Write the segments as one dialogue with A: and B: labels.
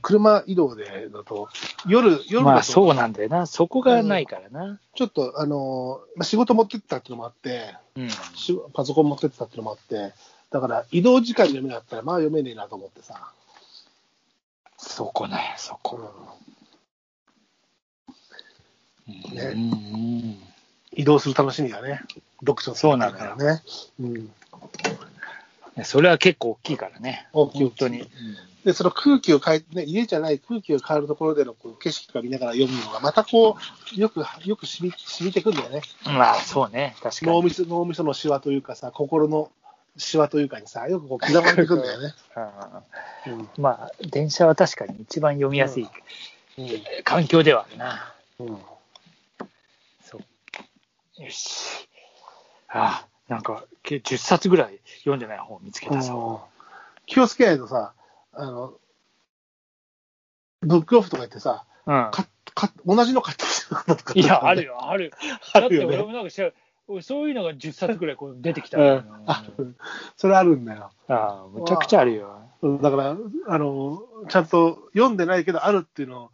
A: 車移動でだと、夜、夜
B: ま
A: だ
B: あそ
A: と、
B: うなんだよな。そこがないからな。
A: ちょっと、あのーまあ、仕事持ってったっていうのもあって、
B: うん。
A: しパソコン持ってったっていうのもあって、だから移動時間に読めなかったら、まあ読めねえなと思ってさ。
B: そこね、そこ。
A: うん
B: うん
A: ね
B: うん
A: 移動する楽しみがね、読書
B: そうな
A: だ
B: の
A: か
B: よ
A: らね。うん。
B: うんそれは結構大きいからね。
A: 大きい
B: 本当に。
A: で、その空気を変えて、ね、家じゃない空気を変わるところでのこう景色とか見ながら読むのが、またこう、よく、よく染み染みてくんだよね。
B: まあそうね、確か
A: 脳
B: に。
A: みそ、脳みそのシワというかさ、心のシワというかにさ、よくこう刻まれてくんだよね。
B: う
A: うん
B: んまあ電車は確かに一番読みやすい環境ではあるな。
A: うん。うん。
B: そう。よし。ああ、なんかけ10冊ぐらい読んでない本を見つけたぞ。
A: 気をつけないとさ、あの、ブックオフとか行ってさ、
B: うん。
A: かか同じの買ってきてることとか
B: いや、 あるよ、ある。
A: あ
B: だっ
A: る
B: て
A: よね
B: 俺もなんか知らん俺そういうのが10冊ぐらいこう出てきた。
A: うん
B: うん
A: あるそれあるんだよ。
B: ああ、むちゃくちゃあるよ。
A: うんだから、あの、ちゃんと読んでないけどあるっていうのを、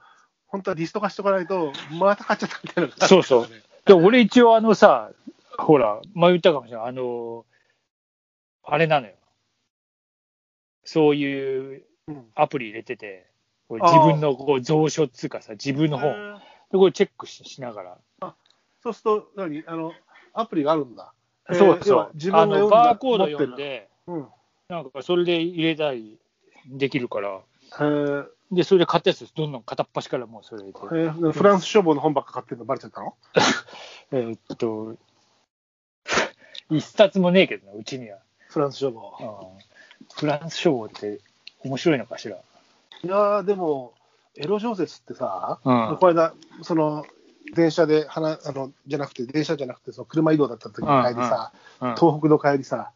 A: 本当はリスト化しておかないと、また買っちゃったみたいなのがある
B: そうそう。で俺一応あのさ、ほら、前言ったかもしれない。あの、あれなのよ。そういう
A: うん
B: アプリ入れてて、これ
A: あ
B: 自
A: ー
B: 分のこう蔵書っつうかさ、自分の本。
A: へー
B: で、これチェックししながら。
A: そうすると、何あの、アプリがあるんだ。えー
B: そう
A: 要
B: そ
A: は
B: う。
A: 自分が読ん
B: あの
A: だ
B: バーコード読ん
A: 持って
B: で、
A: うん。
B: なんかそれで入れたりできるから。
A: え
B: で、それで買ったやつです。どんどん片っ端からもうそれで。
A: ーえーフランス消防の本ばっか買ってるのバレちゃったの
B: えーっと、一冊もねえけどな、うちには。
A: フランス消防。
B: フランス書房って面白いのかしら。
A: いやー、でも、エロ小説ってさ、
B: うん
A: この間、その、電車で、はなあの、じゃなくて、電車じゃなくて、その車移動だった時の帰りさ、
B: うん
A: 東北の帰りさ、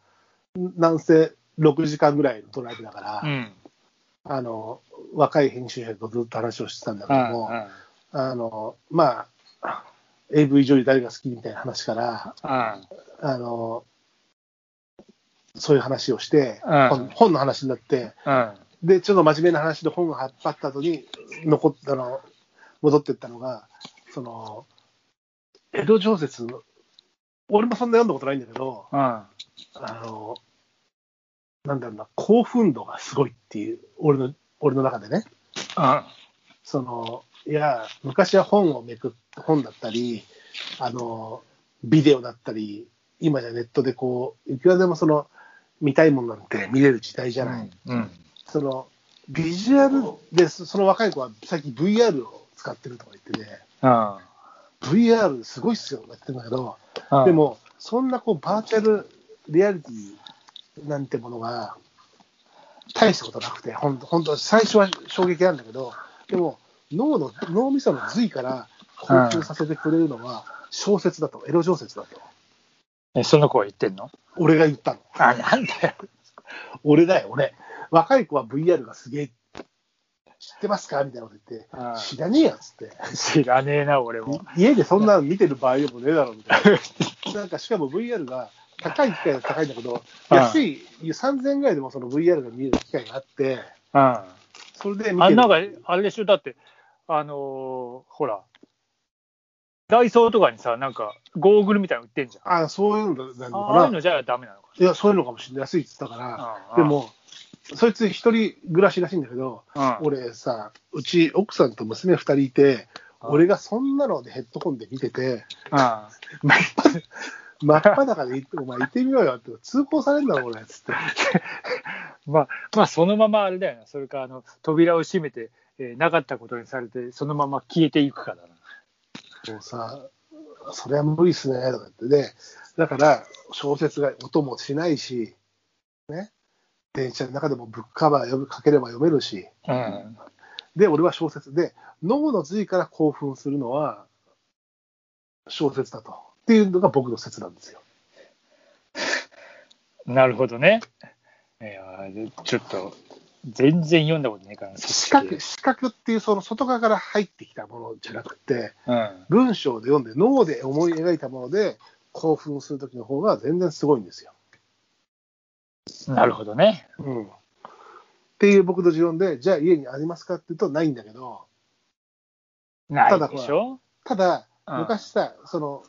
A: なんせ6時間ぐらいのドライブだから、
B: うん。
A: あの若い編集者とずっと話をしてたんだけども、あのまあ、AV 女優誰が好きみたいな話から、あのそういう話をして、
B: うん
A: 本本の話になって、で、ちょっと真面目な話で本を引っ張った後に、残ったの、戻ってったのが、その、江戸小説の、俺もそんな読んだことないんだけど、あの、なんだろうな、興奮度がすごいっていう、俺の、俺の中でね。その、いや、昔は本をめくっ本だったり、あの、ビデオだったり、今じゃネットでこう、いくらでもその、見たいもんなんて見れる時代じゃない。その、ビジュアルで、そその若い子は最近 VR を使ってるとか言ってね、VR すごいっすよとか言ってるんだけど、でも、そんなこうバーチャルリアリティなんてものが大したことなくて、本当、本当最初は衝撃なんだけど、でも脳の、脳みその髄から興奮させてくれるのは小説だと、エロ小説だと。
B: え、その子は言ってんの
A: 俺が言ったの。
B: あ、なんだよ。
A: 俺だよ、俺。若い子は VR がすげえ、知ってますかみたいなこと言
B: ああ
A: って、知らねえやっつって。
B: 知らねえな、俺も。
A: 家でそんなの見てる場合でもねえだろみたいな。 なんかしかも VR が高い機械は高いんだけど、
B: うん
A: 安い3000円ぐらいでもその VR が見える機械があって、
B: あ、
A: それで見てる。
B: なんか、あれでしょ、だって、あのー、ほら、ダイソーとかにさ、なんか、ゴーグルみたいなの売ってんじゃん。
A: あそういうのなの
B: ああい
A: か
B: う
A: な。
B: のじゃダメなのか。
A: いや、そういうのかもしれない。安いって言ってたから。でも、そいつ一人暮らしらしいんだけど、
B: うん、
A: 俺さ、うち奥さんと娘二人いて、
B: うん
A: 俺がそんなのでヘッドホンで見てて、
B: あ
A: 真っ裸真っ裸で行って、お前行ってみろよって、通報されるんだろ、俺、つって。
B: まあ、まあ、そのままあれだよな、それかあの扉を閉めて、えーなかったことにされて、そのまま消えていくかだな。
A: もうさ、それは無理っすね、とか言ってね。だから、小説が音もしないし、ね。電車の中でもブックカバー読むかければ読めるし。
B: うん、
A: で、俺は小説で、脳の髄から興奮するのは、小説だと。っていうのが僕の説なんですよ。
B: なるほどね。いやーちょっと、全然読んだことないからな、
A: 視
B: 視
A: 覚、視覚っていうその外側から入ってきたものじゃなくて、
B: うん、
A: 文章で読んで脳で思い描いたもので興奮するときの方が全然すごいんですよ。
B: なるほどね。
A: うんっていう僕の持論で、じゃあ家にありますかって言うとないんだけど、
B: ない
A: ただほ
B: で
A: ら
B: しょ
A: ただ、
B: うん
A: 昔さ、その、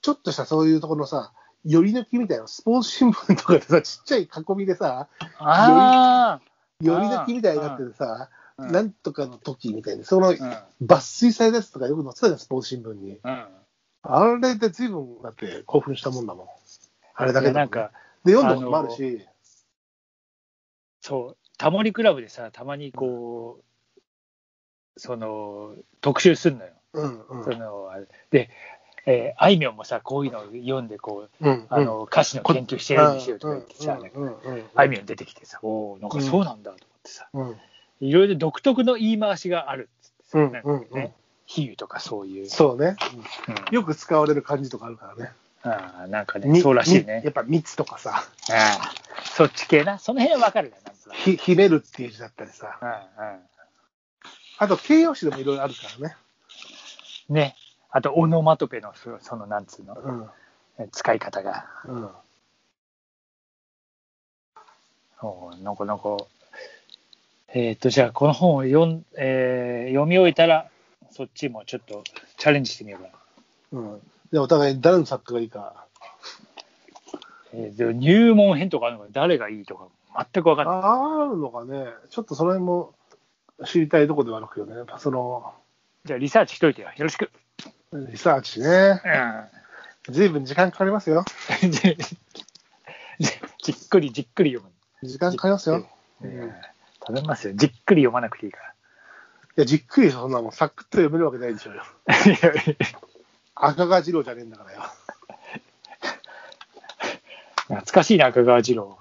A: ちょっとしたそういうところのさ、寄り抜きみたいな、スポーツ新聞とかでさ、ちっちゃい囲みでさ、
B: あ
A: 寄り抜きみたいになっててさ、
B: あ。
A: なんとかの時みたいな、その
B: うん。
A: 抜粋されたやつとかよく載ってたじゃん、スポーツ新聞に。
B: うん。
A: あれで随分、だって興奮したもんだもん。あれだけ
B: いや
A: だも
B: なん
A: ね、
B: んか、
A: で、読んだこともあるし、
B: そう、タモリクラブでさ、たまにこう、その、特集すんのよ。
A: うんうん。
B: その、あれで、えーあいみょんもさ、こういうのを読んで、こう、
A: うんうん
B: あの、歌詞の研究してるんですよとか言ってさ、
A: うんうんうんうん
B: あいみょん出てきてさ、おおなんかそうなんだと思ってさ、
A: うん
B: いろいろ独特の言い回しがあるっつってさ、
A: うん
B: なん
A: う
B: か
A: んうん
B: ね、比喩とかそういう、
A: そうね、
B: うん
A: よく使われる漢字とかあるからね。
B: あーなんかね、
A: み
B: そうらしいね
A: み。やっぱ密とかさ、
B: ああそっち系な、その辺はわかるな、なんとなく
A: ひ、ひねるっていう字だったりさ。
B: うんう
A: あと形容詞でもいろいろあるからね。
B: んね、あとオノマトペのそそのなんつうの使い方が
A: うん。うん。
B: おうなんかなんかえっ、とじゃあこの本を読ん、えー読み終えたらそっちもちょっとチャレンジしてみようかな、
A: うん。で、お互い誰の作家がいいか。
B: えーで入門編とかあるのか誰がいいとか全く分かんない
A: ああるのかね。ちょっとその辺も知りたいとこではあるけどね。やっぱその、
B: じゃあリサーチしといてよよろしく、
A: リサーチ ね。
B: う
A: 随分時間かかりますよ。
B: ん、じじっくりじっくり読む、
A: 時間かかりますよ。う
B: うん
A: ん、
B: 頼みますよじっくり読まなくていいから
A: いや、じっくりでしょそんなもん。サクッと読めるわけないでしょうよ。
B: いやいや
A: 赤川次郎じゃねえんだからよ。
B: 懐かしいな赤川次郎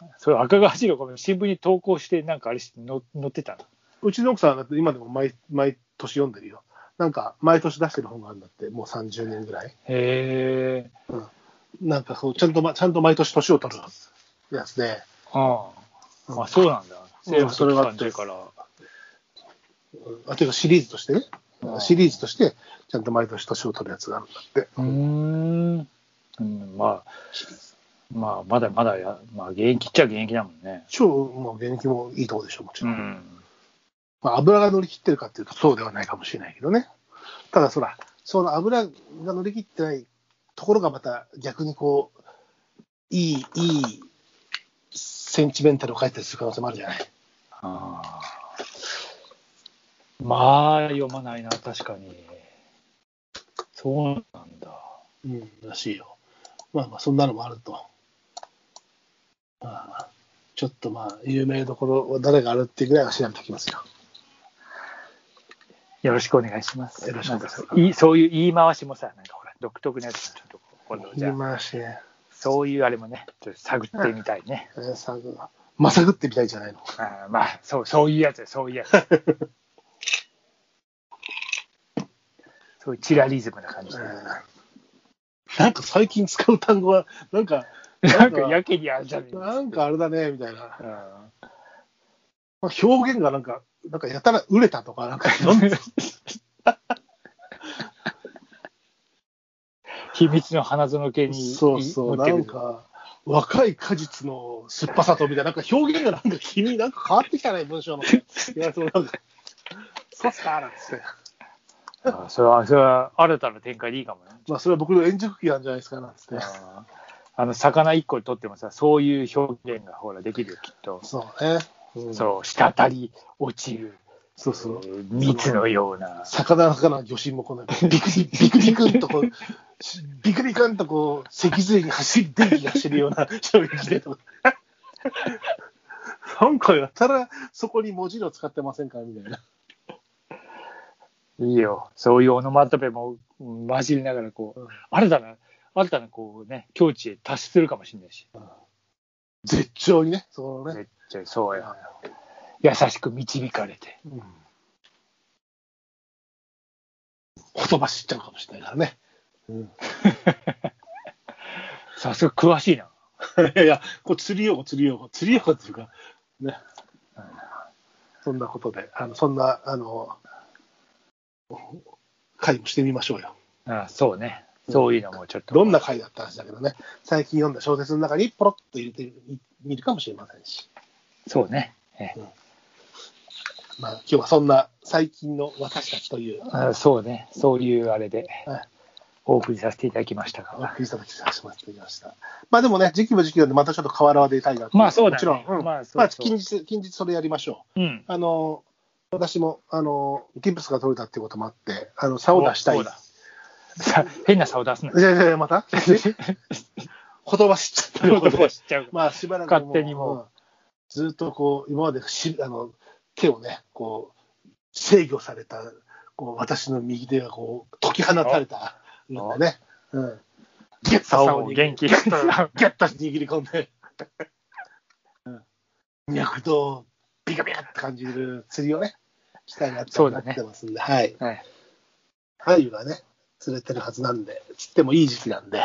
A: うん
B: それ赤川次郎が新聞に投稿してなんかあれしての載ってたの
A: うちの奥さんは今でも毎毎年読んでるよ。なんか、毎年出してる本があるんだって、もう30年ぐらい。
B: へえ
A: なんかそう、ちゃんとま、ちゃんと毎年年を取るやつで、
B: ああ、まあそうなんだ。
A: うんそれはあって
B: というから。
A: あというかシリーズとしてね
B: う、ん
A: シリーズとして、ちゃんと毎年年を取るやつがあるんだって。
B: うーん。うんまあ、まあ、まだまだや、まあ、現役っちゃ現役だもんね。
A: 超、もう現役もいいとこでしょ、もちろん。
B: ん。
A: まあ、油が乗り切ってるかっていうと、そうではないかもしれないけどね。ただ、そら、その油が乗り切ってないところがまた逆にこう、いい、いい、センチメンタルを書いたりする可能性もあるじゃない。
B: ああ。まあ、読まないな、確かに。そうなんだ。
A: うん、らしいよ。まあまあ、そんなのもあると。まあ、ちょっとまあ、有名どころは誰があるっていうぐらいは調べておきますよ。
B: よろしくお願いします。
A: よろしくお願いします
B: なんかいいそういう言い回しもさ、なんかほら、独特なやつ、ちょっと今度、じゃ
A: 言い
B: あ、
A: 回しね。
B: そういうあれもね、ちょっと探ってみたいね。
A: えーさぐまさぐってみたいじゃないの。
B: あーまあ、そう、そういうやつだそういうやつ。 そういうチラリズムな感じ
A: う
B: で。
A: んなんか最近使う単語は、なんか、
B: なんかやけにあるじゃねえ
A: なんかあれだね、みたいな。
B: うん
A: まあ、表現がなんか、なんかやたら売れたとか、なん か、どんどん
B: 秘密の花園系に
A: そうそう、
B: い
A: な
B: 持って
A: ん
B: くる
A: か、若い果実の酸っぱさと、みたいな、なんか表現がなんか君、なんか変わってきたね、文章 の。いや、そうなんか、そうっすか、なんつって。
B: あーそれは、それは新たな展開でいいかもね。
A: まあ、それは僕の演熟期なんじゃないですか、なんつって。
B: あーあの、魚一個取ってもさ、そういう表現がほらできるよ、きっと。
A: そうね。うん
B: そう、滴り落ちる、
A: そうそう。
B: えー蜜のような。
A: 魚の魚の魚心もこのビクリビクリくんとこうしビクリくんとこう脊髄に走り電気が走るような 衝撃で とかなんかやたらそこに文字を使ってませんかみたいない
B: いよ。そういうオノマトペもうん混じりながら、こう、
A: うん
B: 新たな、新たな、こうね、境地へ達するかもしれないし。
A: 絶頂にねそのね、
B: 絶対そうや。優しく導かれて。
A: うん、言葉知っちゃうかもしれないからね、うん、
B: さすが詳しいな。
A: いやいやこう釣り用語釣り用語釣り用語っていうかね、
B: うん
A: そんなことであのそんなあの会もしてみましょうよ
B: ああそうね。そういうのもちょっと。
A: どんな回だった話だけどね、最近読んだ小説の中にポロッと入れてみるかもしれませんし、
B: そうね。え
A: まあ、今日はそんな最近の私たちという、
B: あそうね、そういうあれで
A: はい、
B: お送りさせていただきましたが、
A: 藤崎さんしてもらってきました。まあでもね、時期も時期なんで、またちょっと河原は出たいなと
B: まあそうだね
A: もちろん、うん
B: ま
A: ま
B: あ
A: あ
B: そうそう
A: 近日、近日それやりましょ
B: うん
A: う。、あの、私も、あの、ギプスが取れたっていうこともあって、あの、差を出したい。
B: おそうださ変な差を出すな。
A: いやいやいや、ま た言葉知っちゃったよ
B: 男知っちゃう
A: まあしばらく
B: 勝手にもうん
A: ずっとこう今までしあの手をねこう制御されたこう私の右手がこう解き放たれたのがね、うん、ギュッ
B: 竿
A: と
B: を元気
A: ギュッとギュッと握り込んで脈とビカビカって感じる釣りをねしたいなって
B: そう
A: 思
B: だね
A: ってますんで、はい
B: はい、
A: 鮎がね釣れてるはずなんで釣ってもいい時期なんで。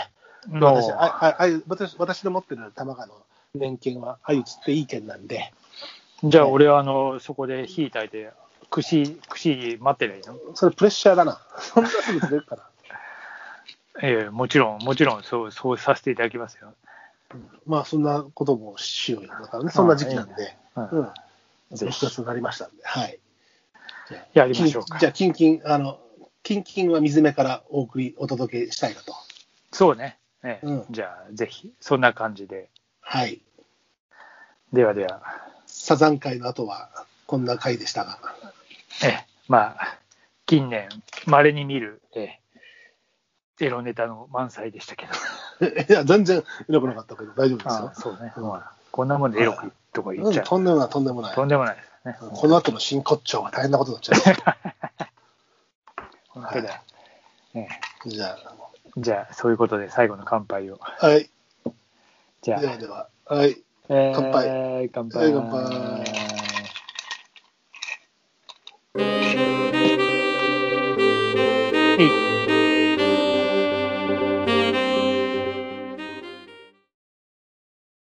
B: も
A: 私あああ私私の持ってる玉川の年券はあゆつっていい券なんで
B: う、じゃあ俺はあの、そこで火炊いて、串、串待ってりゃいいの
A: それプレッシャーだなそんなすぐ釣れるか な
B: ええもちろん、もちろん、そう、そうさせていただきますよ。
A: まあそんなこともしようよだからねそんな時期なんで、
B: うん
A: うん
B: ぜ
A: 6
B: ひ
A: 月になりましたんではい
B: やりましょうか
A: キン。じゃあキンキンあのキンキンは水目からお送りお届けしたいなと
B: そうね。ええ
A: うん
B: じゃあ、ぜひ、そんな感じで。
A: はい
B: ではでは、
A: サザン会の後はこんな回でしたが
B: ええまあ、近年、稀に見る、ええエロネタの満載でしたけど。
A: いや全然エロくなかったけど大丈夫です
B: あ
A: よ
B: あそうね。
A: うん
B: まあ、こんなもんでエロくとか言っ
A: うん
B: ちゃう。
A: とんでもないとんでもない
B: とんでもないですね。
A: この後の真骨頂は大変なことになっちゃ
B: 本当だよ。ええ
A: うじゃあ
B: じゃあ、そういうことで最後の乾杯を。
A: はい
B: じゃあ
A: で、はでは、はい。
B: ええ
A: 乾杯
B: 乾
A: はい
B: 杯。
A: 乾杯
B: えい